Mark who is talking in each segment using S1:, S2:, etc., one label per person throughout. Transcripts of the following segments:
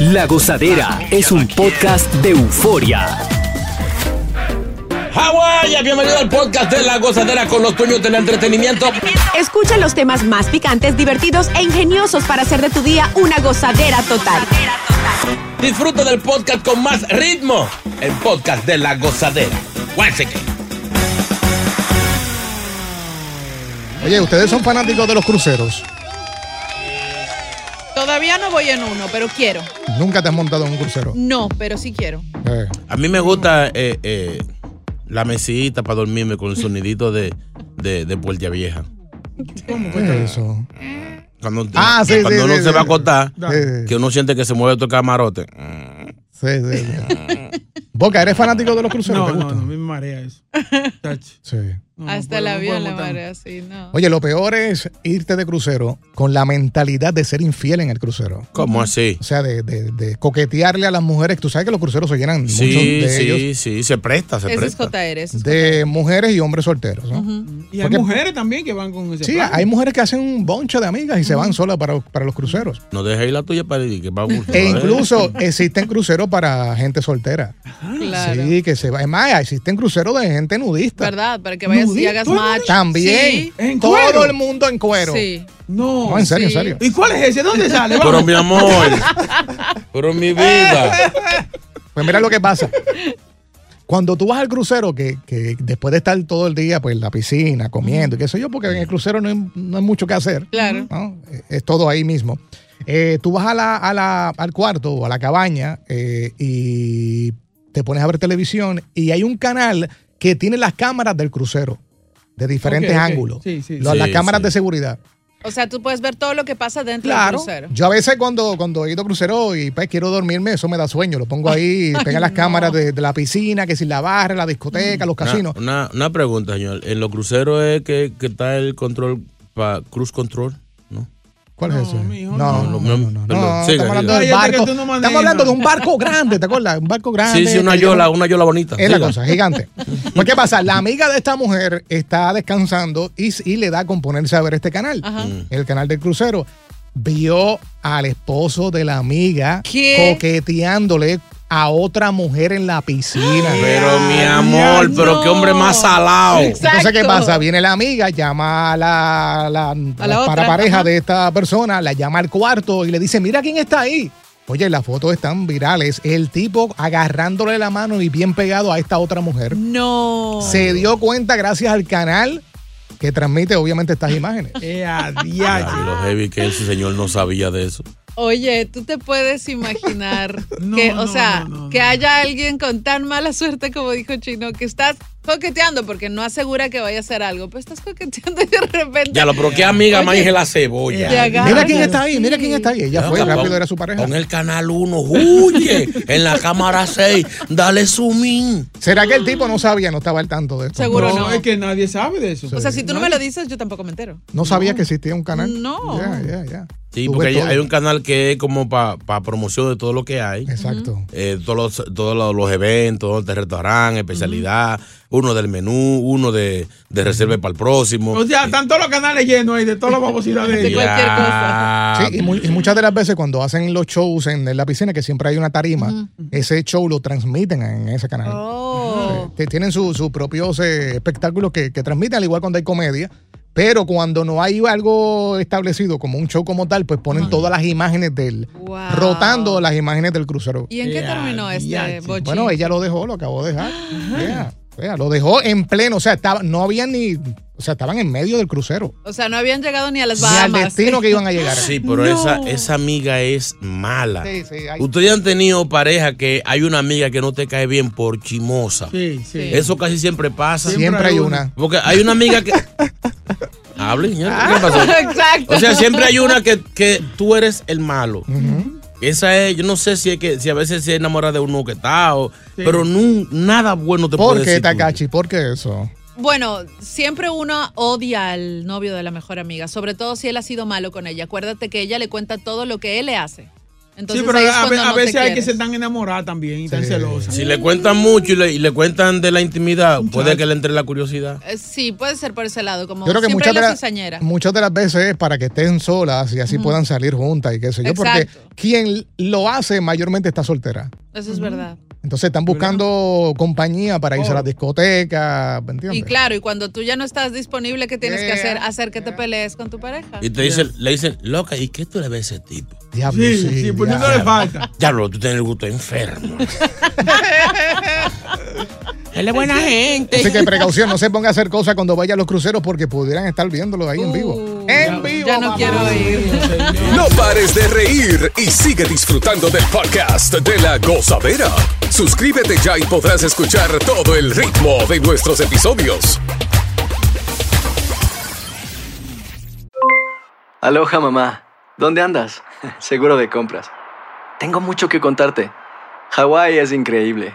S1: La Gozadera es un podcast de euforia.
S2: Hawái, bienvenido al podcast de la gozadera con los dueños del entretenimiento.
S3: Escucha los temas más picantes, divertidos e ingeniosos para hacer de tu día una gozadera total.
S2: Disfruta del podcast con más ritmo. El podcast de la gozadera. Once again.
S4: Oye, ustedes son fanáticos de los cruceros.
S5: Todavía no voy en uno, pero quiero.
S4: Nunca te has montado en un crucero.
S5: No, pero sí quiero.
S4: Eh,
S6: A mí me gusta eh, eh, la mesita para dormirme con el sonidito de, de, de Puerta Vieja.
S4: ¿qué es eso?
S6: Cuando, eh,
S4: Ah, sí,
S6: cuando
S4: sí,
S6: uno
S4: sí,
S6: se
S4: sí.
S6: va a acostar,
S4: Sí,
S6: que uno siente que se mueve todo el camarote. Mm.
S4: sí, sí, sí. Boca, ¿eres fanático de los cruceros? ¿Te gusta?
S7: me marea eso.
S4: Sí.
S5: Hasta el avión la marea, sí, no.
S4: Oye, lo peor es irte de crucero con la mentalidad de ser infiel en el crucero.
S6: ¿Cómo así?
S4: O sea, de, de- de coquetearle a las mujeres. Tú sabes que los cruceros se llenan muchos
S6: Sí,
S4: de
S6: sí,
S4: ellos
S6: sí, se presta, se
S5: Eso es
S6: presta.
S5: JR, eso es
S4: de mujeres y hombres solteros. ¿no?
S7: Y
S4: Porque-
S7: mujeres también que van con ese
S4: Sí,
S7: plan.
S4: hay mujeres que hacen un boncho de amigas y se van solas para, para los cruceros.
S6: No dejes ir la tuya para ir, que va a gustar. ¿eh?
S4: E incluso existen cruceros para gente soltera.
S5: claro.
S4: Sí, que se va. Es más, existen cruceros de gente nudista.
S5: ¿Verdad? Para que vayas y
S7: Nudito,
S5: hagas
S7: ¿no?
S5: match.
S4: También.
S7: ¿En
S4: Todo
S7: cuero?
S4: el mundo en cuero.
S5: Sí. sí.
S7: No.
S4: No, en serio,
S5: Sí.
S4: en serio.
S7: ¿Y cuál es ese? ¿Dónde sale?
S6: Pero
S7: Vamos.
S6: mi amor, pero
S4: Eh.
S6: mi vida.
S4: Pues mira lo que pasa. Cuando tú vas al crucero, que, que después de estar todo el día pues, en la piscina, comiendo y qué sé yo, porque en el crucero no hay, no hay mucho que hacer.
S5: Claro.
S4: ¿no? Es todo ahí mismo. Eh, tú vas a la, a la- al cuarto o a la cabaña eh, y te pones a ver televisión y hay un canal que tiene las cámaras del crucero de diferentes
S7: Ok, ok.
S4: ángulos.
S7: Sí, sí,
S4: Lo-
S6: sí.
S4: las
S6: Sí,
S4: cámaras
S6: sí.
S4: de seguridad.
S5: O sea, tú puedes ver todo lo que pasa dentro
S4: Claro.
S5: del crucero.
S4: Yo a veces cuando, cuando he ido a crucero y pues, quiero dormirme, eso me da sueño. Lo pongo ahí,
S5: Ay,
S4: pegan las
S5: no.
S4: cámaras de, de la piscina, que si la barra, la discoteca, los
S6: Una,
S4: casinos.
S6: una, una pregunta, señor. En los cruceros es que, que está el control, para cruise control, ¿no?
S4: ¿Cuál es
S7: No,
S4: eso?
S7: mijo,
S4: No, no,
S6: no.
S4: no, no, no,
S6: Perdón,
S4: estamos
S6: siga,
S4: hablando
S6: siga.
S4: del
S7: Cállate que
S4: barco.
S7: tú no manejas.
S4: Estamos hablando de un barco grande, ¿te acuerdas? Un barco grande.
S6: Sí, sí, una
S4: que yo-
S6: yola, una yola bonita.
S4: Es la
S6: Siga.
S4: cosa, gigante. Pues, ¿qué pasa? La amiga de esta mujer está descansando y, y le da con ponerse a ver este canal,
S5: Ajá.
S6: Mm.
S4: el canal del crucero. Vio al esposo de la amiga
S5: ¿Qué?
S4: coqueteándole a otra mujer en la piscina.
S6: Pero mi amor,
S5: ya,
S6: pero
S5: no.
S6: qué hombre más salado.
S4: Entonces, ¿qué
S5: Exacto.
S4: pasa? Viene la amiga, llama a la, la- la
S5: otra,
S4: para pareja
S5: ajá.
S4: de esta persona, la llama al cuarto y le dice, mira quién está ahí. Oye, las fotos están virales. El tipo agarrándole la mano y bien pegado a esta otra mujer.
S5: No.
S4: Se dio cuenta gracias al canal que transmite obviamente estas imágenes.
S7: Eh, a
S6: Ya,
S7: diache.
S6: y lo heavy que ese señor no sabía de eso.
S5: Oye, tú te puedes imaginar
S7: No,
S5: que, o
S7: no,
S5: sea,
S7: no, no, no.
S5: que haya alguien con tan mala suerte como dijo Chino, que estás coqueteando porque no asegura que vaya a hacer algo, pues estás coqueteando y de repente
S6: Ya lo, pero qué amiga más dije la cebolla.
S5: te agarra.
S4: Mira quién está ahí, mira quién está ahí. Ella fue
S6: Pon-
S4: rápido, era su pareja.
S6: Pon el canal 1, huye. en la cámara 6, dale zoom in.
S4: ¿Será que el tipo no sabía, no estaba al tanto de esto?
S5: Seguro
S7: no,
S5: no.
S7: es que nadie sabe de eso.
S5: O sea, si tú no me lo dices, yo tampoco me entero.
S4: No sabía que existía un canal.
S5: No.
S4: Ya, ya, ya.
S6: Sí,
S4: Tú
S6: porque
S4: ves
S6: hay,
S4: todo.
S6: hay un canal que es como para promoción de todo lo que hay.
S4: Exacto.
S6: Eh, todos los, todos los, los eventos, de restaurante, especialidad, uno del menú, uno de, de reserva para el próximo.
S4: Pues
S7: O sea, están todos los canales llenos ahí de todas las babosidades.
S5: De
S7: de ellos.
S5: cualquier
S6: Ya.
S4: Sí, y, mu- y muchas de las veces cuando hacen los shows en, en la piscina, que siempre hay una tarima, ese show lo transmiten en ese canal.
S5: Oh.
S4: Te- Tienen sus propios eh, espectáculos que, que transmiten, al igual cuando hay comedia. Pero cuando no hay algo establecido como un show como tal, pues ponen todas las imágenes del
S5: Wow.
S4: rotando las imágenes del crucero.
S5: ¿Y en qué terminó este bochín?
S4: Bueno, ella lo dejó, lo acabó de dejar. Yeah, yeah, lo dejó en pleno, o sea, estaba, no había ni, o sea, estaban en medio del crucero.
S5: O sea, no habían llegado ni a las
S4: Ni al
S5: Bahamas.
S4: destino que iban a llegar.
S6: Sí, pero esa, esa amiga es mala.
S5: Sí, sí, hay-
S6: Ustedes han tenido pareja que hay una amiga que no te cae bien por chimosa.
S7: Sí, sí.
S6: Eso casi siempre pasa.
S4: Siempre Siempre hay hay una. una.
S6: Porque hay una amiga que. Hable, señor,
S4: Ah,
S6: ¿qué pasó?
S5: Exacto.
S6: O sea, siempre hay una que, que tú eres el malo. Esa es, yo no sé si es que si a veces se enamora de uno que está, o- pero nun- nada bueno te
S4: ¿Por
S6: puede
S4: qué,
S6: decir.
S4: Takachi? ¿Por qué eso?
S5: Bueno, siempre uno odia al novio de la mejor amiga, sobre todo si él ha sido malo con ella. Acuérdate que ella le cuenta todo lo que él le hace. Entonces,
S7: sí, pero
S5: ahí es
S7: a,
S5: cuando
S7: ve-
S5: no
S7: a
S5: te
S7: veces hay que
S5: quieres.
S7: ser tan enamorada también y tan celosa.
S6: Si le cuentan mucho y le, y le cuentan de la intimidad, puede que le entre la curiosidad.
S5: Eh, Sí, puede ser por ese lado, como
S4: Yo creo que Mm,
S5: siempre
S4: muchas
S5: hay
S4: de,
S5: la
S4: las,
S5: cizañera.
S4: muchas de las veces es para que estén solas y así puedan salir juntas y qué sé yo, porque quien lo hace mayormente está soltera.
S5: Eso es verdad.
S4: Entonces están buscando compañía para irse a
S7: Oh.
S4: las discotecas, ¿me entiendes?
S5: Y claro, y cuando tú ya no estás disponible, ¿qué tienes que hacer? Hacer que te pelees con tu pareja.
S6: Y te dicen, le dicen, loca, ¿y qué tú le ves a ese tipo?
S4: Diablo, sí, sí,
S7: pues
S4: diablo.
S7: eso le falta.
S6: Diablo, tú tienes el gusto enfermo.
S7: Él es buena gente.
S4: Así que precaución, no se ponga a hacer cosas cuando vaya a los cruceros porque pudieran estar viéndolo ahí en
S5: Uh.
S4: vivo. En vivo.
S5: Ya no quiero ir.
S8: No pares de reír y sigue disfrutando del podcast de la gozadera. Suscríbete ya y podrás escuchar todo el ritmo de nuestros episodios.
S9: Aloha mamá, ¿dónde andas? Seguro de compras. Tengo mucho que contarte. Hawái es increíble.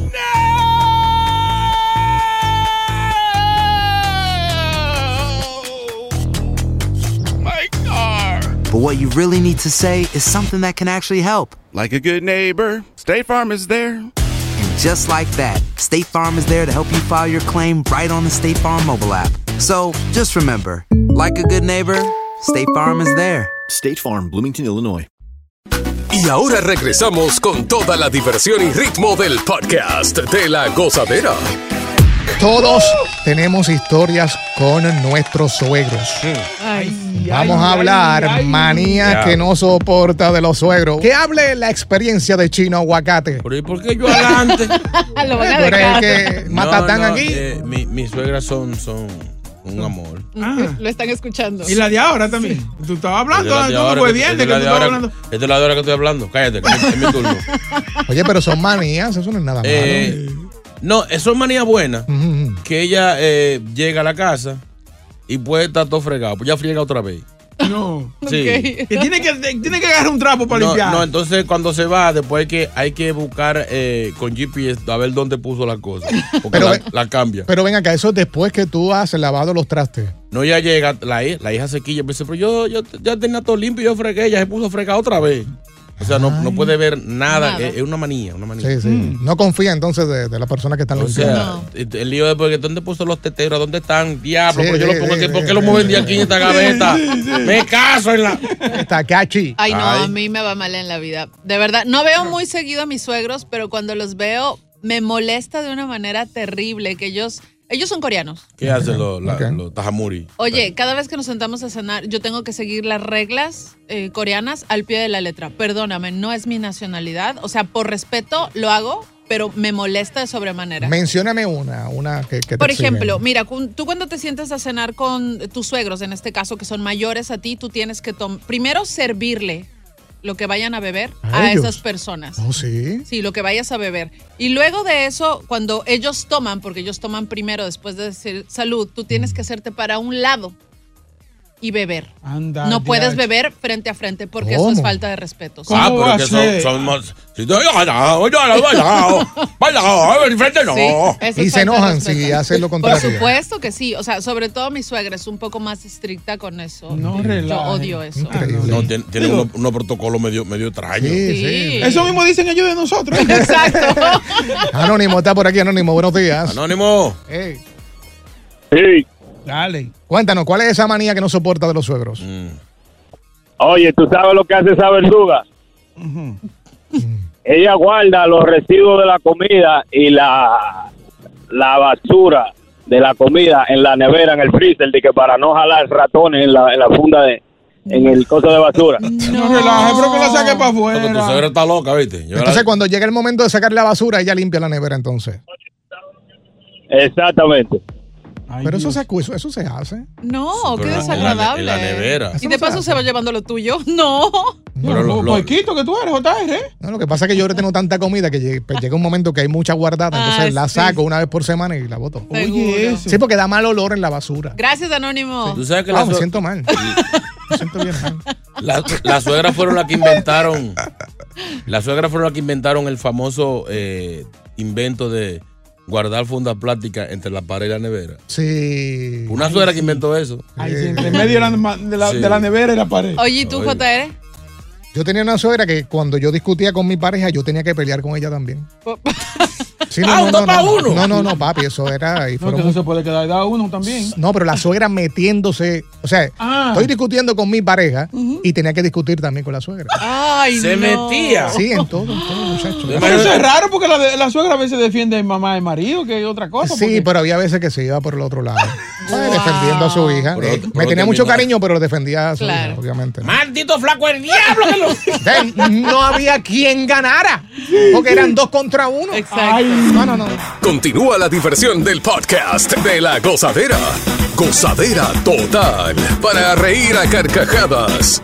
S10: My car.
S11: But what you really need to say is something that can actually help.
S12: Like a good neighbor, State Farm is there.
S11: And just like that, State Farm is there to help you file your claim right on the State Farm mobile app. So just remember, like a good neighbor, State Farm is there.
S12: State Farm, Bloomington, Illinois.
S8: Y ahora regresamos con toda la diversión y ritmo del podcast de la gozadera.
S4: Todos tenemos historias con nuestros suegros. Vamos a hablar manías
S6: Ya.
S4: que no soporta de los suegros. Que hable la experiencia de Chino Aguacate.
S6: Pero ¿y por qué yo adelante?
S5: Lo van a
S4: Tú eres el
S5: dejar.
S4: que matatán aquí.
S6: eh, mi- mis suegras son, son un amor.
S5: Mm, Lo están escuchando.
S7: Y la de ahora también. Tú estabas hablando,
S6: Esta es ah. la de
S7: tú Ah, no
S6: ahora
S7: fue
S6: que-
S7: bien
S6: esta
S7: de
S6: es
S7: que
S6: la
S7: tú
S6: de
S7: estabas
S6: ahora-
S7: hablando.
S6: esta es la de ahora que estoy hablando. Cállate, que es mi- es mi turno.
S4: Oye, pero son manías, eso no es nada malo.
S6: Eh, no, eso es manía buena. Que ella eh, llega a la casa y puede estar todo fregado. Pues ya friega otra vez.
S7: No.
S6: Sí.
S7: Que tiene que, tiene que agarrar un trapo para
S6: No,
S7: limpiar.
S6: no, entonces cuando se va, después hay que, hay que buscar eh, con GPS a ver dónde puso la cosa. Porque la, la cambia.
S4: Pero ven acá, eso es después que tú has lavado los trastes.
S6: No, ya llega la, hi- la hija se quilla. pues Dice, pero yo, yo ya tenía todo limpio, yo fregué, ya se puso a fregar otra vez. O sea, no, no puede ver nada. Es, es una manía, una manía.
S4: Sí, sí.
S7: Mm.
S4: No confía entonces de, de la persona que está
S6: Mm. O
S4: limpiando.
S6: sea, el- el lío de porque ¿dónde puso los teteros? ¿Dónde están? Diablo,
S4: Sí,
S6: porque yo
S4: sí,
S6: lo pongo
S4: sí,
S6: aquí.
S4: sí,
S6: ¿Por
S4: sí,
S6: qué lo
S4: sí,
S6: moví
S4: sí.
S6: de aquí en esta gaveta? Me caso en la.
S4: Está cachi.
S5: Ay, no,
S6: Ay. Ah.
S5: a mí me va mal en la vida. De verdad, no veo muy seguido a mis suegros, pero cuando los veo me molesta de una manera terrible que ellos ellos son coreanos.
S6: ¿Qué hacen los, la- los tajamuri?
S5: Oye, cada vez que nos sentamos a cenar, yo tengo que seguir las reglas eh, coreanas al pie de la letra. Perdóname, no es mi nacionalidad, o sea, por respeto lo hago, pero me molesta de sobremanera.
S4: Mencióname una, una que, que te
S5: Por
S4: exigen.
S5: ejemplo, mira, cu- tú cuando te sientas a cenar con tus suegros, en este caso, que son mayores a ti, tú tienes que tom- primero servirle lo que vayan a beber
S4: ¿A
S5: a,
S4: ellos?
S5: esas personas.
S4: Oh, sí.
S5: Sí, lo que vayas a beber. Y luego de eso, cuando ellos toman, porque ellos toman primero después de decir salud, tú tienes que hacerte para un lado. y beber.
S7: Anda,
S5: no puedes
S7: diache.
S5: beber frente a frente porque eso es
S7: ¿Cómo?
S5: falta de respeto.
S6: Ah,
S5: Sí.
S6: pero que son, son más. Si te yo ganado, yo ganado, bailado, bailado, en frente no.
S5: Sí, eso es
S4: y
S5: falta
S4: se
S5: de
S4: enojan
S5: respeto.
S4: si hacen lo
S5: Por
S4: contrario.
S5: supuesto que sí, o sea, sobre todo mi suegra es un poco más estricta con eso. Yo odio eso.
S6: No, tiene, tiene uno- unos protocolos medio, medio extraños.
S4: Sí, sí.
S7: Eso mismo dicen ellos de nosotros.
S4: Anónimo está por aquí, Anónimo. Buenos días.
S6: Anónimo.
S13: Sí.
S7: Dale.
S4: Cuéntanos, ¿cuál es esa manía que no soporta de los suegros?
S6: Mm.
S13: Oye, ¿tú sabes lo que hace esa verduga? Ella guarda los residuos de la comida y la, la basura de la comida en la nevera, en el freezer, de que para no jalar ratones en la, en la funda de... En el coso de basura.
S5: Mm.
S7: No, relaje, pero que la saque para afuera.
S6: Tu suegra está loca, ¿viste? Yo
S4: Entonces, cuando llega el momento de sacar la basura, ella limpia la nevera entonces.
S13: Exactamente.
S4: Pero eso se, acu- eso se hace.
S5: No, qué
S6: pero en la- en la-
S5: desagradable.
S6: en la nevera.
S5: Y de paso se va llevando lo tuyo. No.
S6: Pero lo- lo-
S7: Quito que tú eres, ¿eh? JR.
S4: No, lo que pasa es que yo ahora tengo tanta comida que llega, pues, llega un momento que hay mucha guardada, entonces
S5: Ah,
S4: la
S5: sí.
S4: saco una vez por semana y la boto.
S5: Seguro.
S4: Sí, porque da mal olor en la basura.
S5: Gracias, Anónimo.
S6: Tú sabes que
S4: Ah,
S6: la,
S4: me
S6: sue-
S4: siento mal.
S6: la- las suegras fueron las que inventaron. Las suegras fueron las que inventaron el famoso eh, invento de guardar funda plástica entre la pared y la nevera.
S4: Sí.
S6: Una suegra que inventó eso.
S7: En medio de la, de la-
S6: Sí.
S7: de la nevera y la pared.
S5: Oye, ¿y tú,
S6: Oye.
S5: JR?
S4: Yo tenía una suegra que cuando yo discutía con mi pareja, yo tenía que pelear con ella también. Sí,
S7: Oh. Ah, un dos pa'
S4: no.
S7: uno.
S4: No, no, no, papi, eso era. y
S7: No,
S4: fueron
S7: que no se puede quedar da uno también.
S4: No, pero la suegra metiéndose. O sea,
S7: Ah.
S4: estoy discutiendo con mi pareja y tenía que discutir también con la suegra.
S5: Ay,
S7: Se no. metía.
S4: Sí, en todo, en todo, muchacho.
S7: Pero eso es raro porque la, de- la suegra a veces defiende a mamá y marido, que es otra cosa.
S4: Sí, pero había veces que se iba por el otro lado. Ay, defendiendo a su hija.
S7: Pero-
S4: Eh,
S7: pero
S4: me tenía mucho
S7: terminaba.
S4: cariño, pero lo defendía a su
S7: Claro.
S4: hija, obviamente.
S6: Maldito flaco el diablo. que lo-
S4: Ven, No había quien ganara. Porque eran dos contra uno. Exacto. No, no, no.
S8: Continúa la diversión del podcast de la gozadera. Gozadera total. Para reír a carcajadas.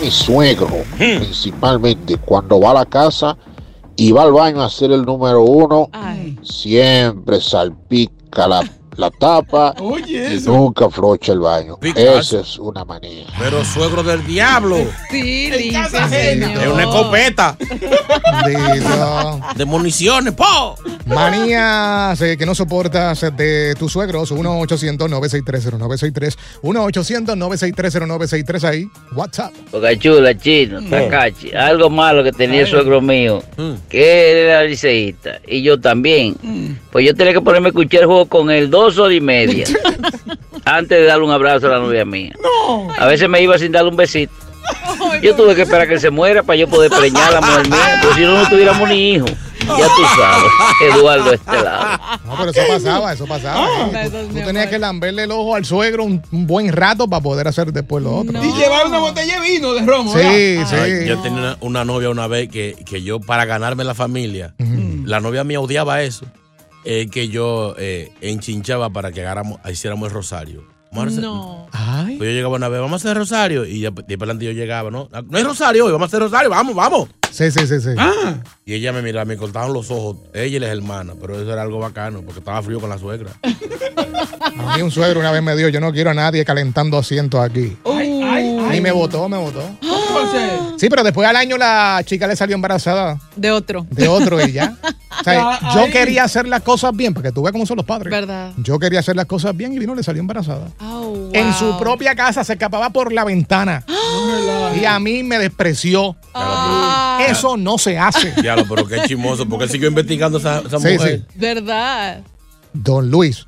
S14: mi suegro, principalmente cuando va a la casa y va al baño a ser el número uno, siempre salpica la, la tapa y nunca flocha el baño. Esa es una manía.
S6: Pero suegro del diablo.
S5: Sí,
S7: casa ajena.
S6: Es una escopeta. De municiones, po.
S4: Manías eh, que no soportas de tus suegros. 1-800-963-0963. 1-800-963-0963. Ahí, WhatsApp.
S15: Boca chula, chino,
S6: Mm.
S15: tacachi. Algo malo que tenía el suegro mío, que él era liceísta y yo también.
S6: Mm.
S15: Pues yo tenía que ponerme a escuchar el juego con él dos horas y media antes de darle un abrazo a la novia mía. A veces me iba sin darle un besito. Yo tuve que esperar que él se muera para yo poder preñar a la mujer mía, porque si no, no tuviéramos ni hijo. Ya tú sabes, Eduardo este Estelado.
S4: No, pero eso pasaba, eso pasaba. Eh, tú, tú tenías que lamberle el ojo al suegro un, un buen rato para poder hacer después lo otro.
S7: Y llevar una botella de vino de romo.
S4: Sí,
S7: ¿verdad?
S4: sí.
S6: Ay, Yo tenía una, una novia una vez que, que yo, para ganarme la familia, la novia mía odiaba eso. eh, que yo eh, enchinchaba para que hagáramos, hiciéramos el rosario. Vamos a hacer-
S5: No.
S6: Pues yo llegaba una vez, vamos a hacer rosario. Y ya- de ahí para adelante yo llegaba, ¿no? No es rosario hoy, vamos a hacer rosario, vamos, vamos.
S4: Sí, sí, sí, sí.
S6: Y ella me miraba, me cortaban los ojos, ella y las hermanas, pero eso era algo bacano, porque estaba frío con la suegra.
S4: A mí un suegro una vez me dio, yo no quiero a nadie calentando asientos aquí. Y me votó, me votó. Sí, pero después al año la chica le salió embarazada
S5: De otro.
S4: de otro y ya. O sea,
S5: Ah,
S4: yo
S5: ahí.
S4: quería hacer las cosas bien, porque tú ves cómo son los padres.
S5: ¿Verdad?
S4: Yo quería hacer las cosas bien y vino, le salió embarazada.
S5: Oh,
S4: En
S5: wow.
S4: su propia casa se escapaba por la ventana. Y a mí me despreció.
S5: Ah.
S4: Eso no se hace.
S6: Diablo, pero qué chismoso, porque él siguió investigando esa, esa
S4: Sí,
S6: mujer.
S4: sí.
S5: ¿Verdad?
S4: Don Luis.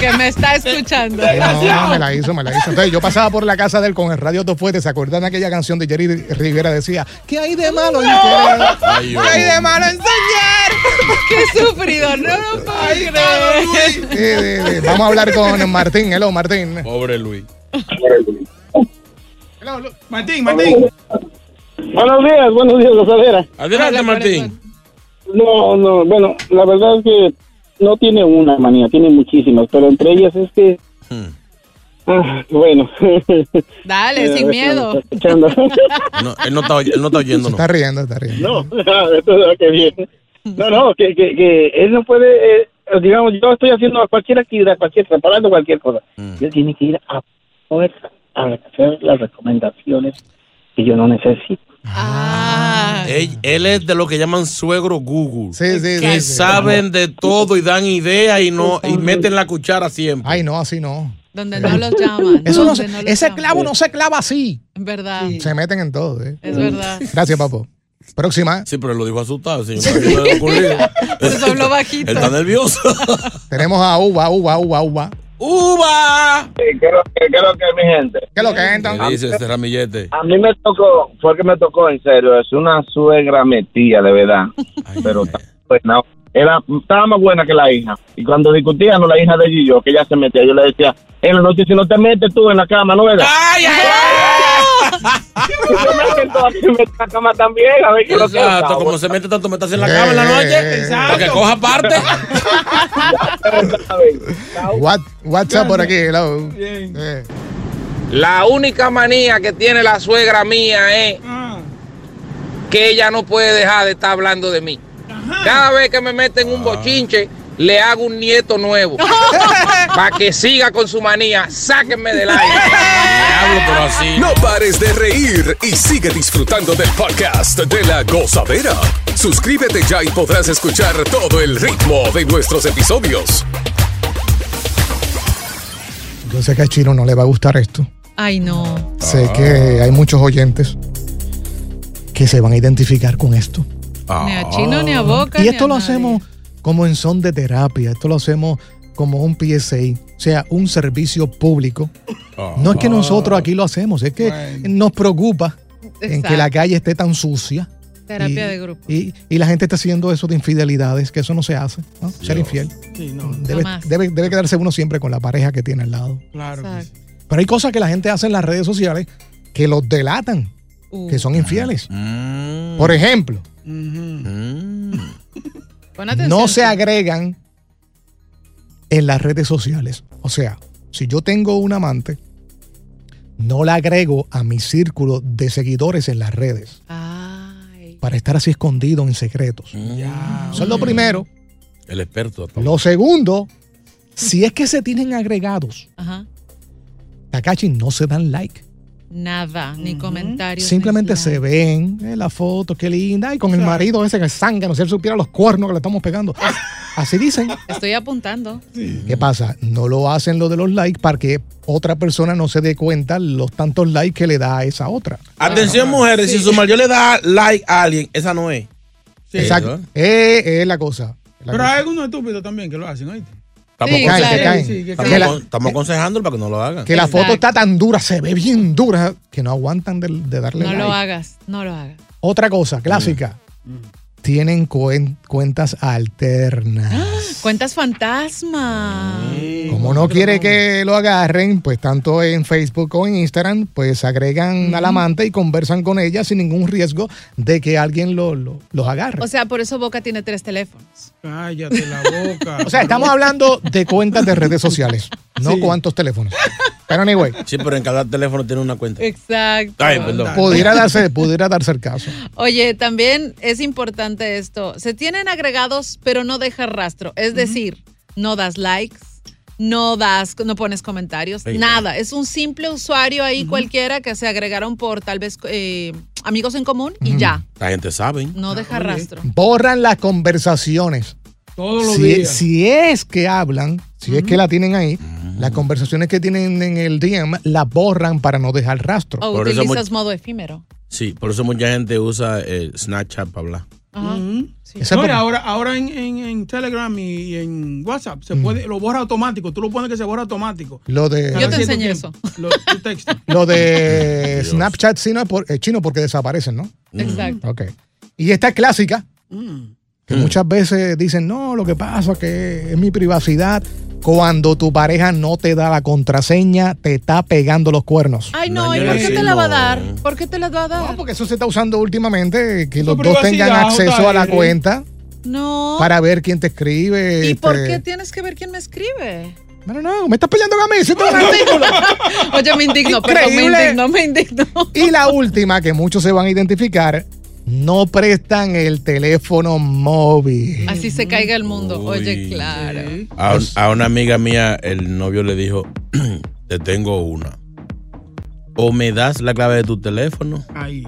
S5: Que me está escuchando.
S4: No, no, me la hizo, me la hizo. Entonces yo pasaba por la casa de él con el radio todo fuerte. ¿Se acuerdan de aquella canción de Jerry Rivera? Decía, ¿qué hay de malo en querer?
S6: Ay,
S4: ¿Qué hay de malo en
S5: soñar? Qué sufrido, no lo puedo creer.
S4: Eh, eh, eh, Vamos a hablar con Martín. Hello, Martín.
S6: Pobre Luis.
S7: Martín, Martín.
S16: Buenos días, buenos días, gozadera.
S6: Adelante, Martín.
S16: No, no, bueno, la verdad es que no tiene una manía, tiene muchísimas, pero entre ellas es que... Ah, bueno.
S5: Dale,
S16: A ver si
S5: sin
S16: me
S5: miedo.
S16: está escuchando.
S6: No, él no está, oy- él no está oyendo.
S4: Está riendo, está riendo.
S16: no, eso es lo que bien. No, no, que, que, que él no puede... eh, digamos, yo estoy haciendo cualquier actividad, cualquier, preparando cualquier cosa.
S6: Mm.
S16: Yo tiene que ir a fuerza a hacer las recomendaciones que yo no necesito.
S6: Él, él es de lo que llaman suegro Google.
S4: sí,
S6: que
S4: sí, sí.
S6: saben de todo y dan ideas y no y meten la cuchara siempre.
S4: Ay, no, así no.
S5: Donde no los llaman.
S4: Eso no
S5: donde
S4: se-
S5: los
S4: ese
S5: llaman.
S4: clavo no se clava así.
S5: Es verdad.
S4: Se meten en todo. ¿eh?
S5: Es verdad.
S4: Gracias, papo. Próxima.
S6: Sí, pero él lo dijo asustado, señor. Eso habló bajito. Él está nervioso.
S4: Tenemos a Uva, Uva, Uva, Uva.
S6: ¡Uva!
S13: ¿Qué es lo que, qué es lo que, mi gente?
S4: ¿Qué es lo que es,
S6: ¿Qué dice este ramillete?
S13: A mí me tocó, fue que me tocó en serio, es una suegra metía, de verdad. pero tan buena. Era, estaba más buena que la hija. Y cuando discutíamos, la hija de Gillo, que ella se metía, yo le decía, en la noche si no te metes tú en la cama, ¿no verdad?
S6: ¡Ay, ay,
S13: la cama también, a ver qué es lo que
S6: Exacto,
S13: pasa.
S6: como se mete tanto metas en
S4: Eh,
S6: la cama en la noche. Exacto. Que coja parte.
S4: What, what's up por aquí? hello? Eh.
S17: La única manía que tiene la suegra mía es
S7: Ah.
S17: que ella no puede dejar de estar hablando de mí. Cada vez que me meten
S4: Ah.
S17: un bochinche, le hago un nieto nuevo. para que siga con su manía. Sáquenme del aire.
S8: No pares de reír y sigue disfrutando del podcast de la gozadera. Suscríbete ya y podrás escuchar todo el ritmo de nuestros episodios.
S4: Yo sé que a Chino no le va a gustar esto.
S5: Ay, no.
S4: Sé
S6: Ah.
S4: que hay muchos oyentes que se van a identificar con esto.
S5: Ni a chino, ni a boca.
S4: Ah. Y
S5: ni
S4: esto
S5: a
S4: lo
S5: nadie.
S4: hacemos como en son de terapia, esto lo hacemos como un PSA, o sea, un servicio público. No es que nosotros aquí lo hacemos, es que nos preocupa en que la
S5: Exacto.
S4: calle esté tan sucia.
S5: Terapia
S4: y-
S5: de grupo.
S4: Y, y la gente está haciendo eso de infidelidades, que eso no se hace, ¿no? ser infiel. Debe,
S5: Jamás.
S4: debe- debe quedarse uno siempre con la pareja que tiene al lado.
S7: Claro.
S4: Pero hay cosas que la gente hace en las redes sociales que los delatan,
S5: Uh.
S4: que son infieles. Por ejemplo,
S5: Pon atención.
S4: no se agregan en las redes sociales. O sea, si yo tengo un amante, no la agrego a mi círculo de seguidores en las redes. Para estar así escondido en secretos. Eso es lo primero.
S6: El experto.
S4: Lo segundo, si es que se tienen agregados,
S5: Ajá.
S4: Takachi no se dan like.
S5: Nada, ni comentarios.
S4: Simplemente se ven eh, la foto, qué linda. Y con el
S5: Claro.
S4: marido ese que sangra, no sé si él supiera los cuernos que le estamos pegando. Así dicen.
S5: Estoy apuntando.
S4: ¿Qué pasa? No lo hacen lo de los likes para que otra persona no se dé cuenta los tantos likes que le da a esa otra.
S6: Atención, mujeres, si su mayor le da like a alguien, esa no es.
S4: Exacto.
S6: ¿no?
S4: Eh, eh, la cosa.
S7: Pero hay algunos estúpidos también que lo hacen, ¿oíste?
S6: Estamos,
S4: Sí, claro. Que caen.
S7: Sí, que
S6: estamos
S7: caen.
S6: con- estamos aconsejándolo para que no lo hagan.
S4: Que la foto está tan dura, se ve bien dura, que no aguantan de, de darle
S5: No
S4: like.
S5: lo hagas, no lo hagas.
S4: Otra cosa clásica. Tienen cuen- cuentas alternas.
S5: Cuentas fantasma.
S4: Como no quiere que lo agarren, pues tanto en Facebook o en Instagram, pues agregan al amante y conversan con ella sin ningún riesgo de que alguien lo- lo- los agarre.
S5: O sea, por eso Boca tiene tres teléfonos.
S7: Cállate la boca.
S4: O sea, estamos hablando de cuentas de redes sociales, no cuántos teléfonos. Pero anyway,
S6: Sí, pero en cada teléfono tiene una cuenta.
S5: Exacto.
S6: Ay, perdón.
S4: pudiera darse, pudiera darse el caso.
S5: Oye, también es importante esto. Se tienen agregados, pero no dejas rastro. Es decir, no das likes, no das, no pones comentarios,
S18: Ahí está.
S5: nada. Es un simple usuario ahí cualquiera que se agregaron por tal vez eh, amigos en común y ya.
S6: La gente sabe.
S7: Ah,
S5: No deja rastro.
S4: Borran las conversaciones.
S7: Todos
S5: los
S4: si,
S5: días.
S4: si es que hablan, si es que la tienen ahí, las conversaciones que tienen en el DM las borran para no dejar rastro.
S5: O
S6: Por eso
S5: utilizas
S6: much-
S5: modo efímero.
S6: Sí, por eso mucha gente usa eh, Snapchat para hablar.
S5: Ajá.
S4: Exacto.
S7: No, y ahora, ahora en, en- en Telegram y, y en WhatsApp se
S6: Mm.
S7: puede, lo borra automático. Tú lo pones que se borra automático.
S4: Lo de
S7: Cada cierto tiempo. Lo- tu texto.
S4: Lo de Snapchat chino, por- eh, chino porque desaparecen, ¿no?
S7: Exacto.
S4: Ok. Y esta es clásica, que muchas veces dicen, no, lo que pasa es que es mi privacidad. Cuando tu pareja no te da la contraseña, te está pegando los cuernos.
S5: Ay, no, ¿y
S4: yo
S5: por qué
S4: sí,
S5: te la va a
S4: no.
S5: dar? ¿Por qué te la va a dar?
S4: porque eso se está usando últimamente, que los
S5: Tu
S4: dos tengan
S5: privacidad,
S4: acceso a la
S5: JR.
S4: cuenta
S5: No.
S4: para ver quién te escribe.
S5: ¿Y por qué
S4: este.
S5: tienes que ver quién me escribe?
S4: No, no, no, me estás peleando a mí, siento un artículo.
S5: Oye, me indigno, perdón, me
S4: Increíble.
S5: indigno, me indigno.
S4: Y la última que muchos se van a identificar no prestan el teléfono móvil.
S5: Así se caiga el mundo. Oye, claro.
S6: A, un- a una amiga mía, el novio le dijo: Te tengo una. O me das la clave de tu teléfono
S7: Ahí.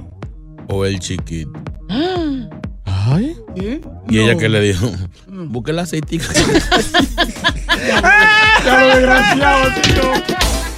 S6: o el chiquito.
S4: Ay.
S7: ¿Qué?
S6: Y ella que le dijo: Busque el aceitico.
S7: Claro, desgraciado, tío.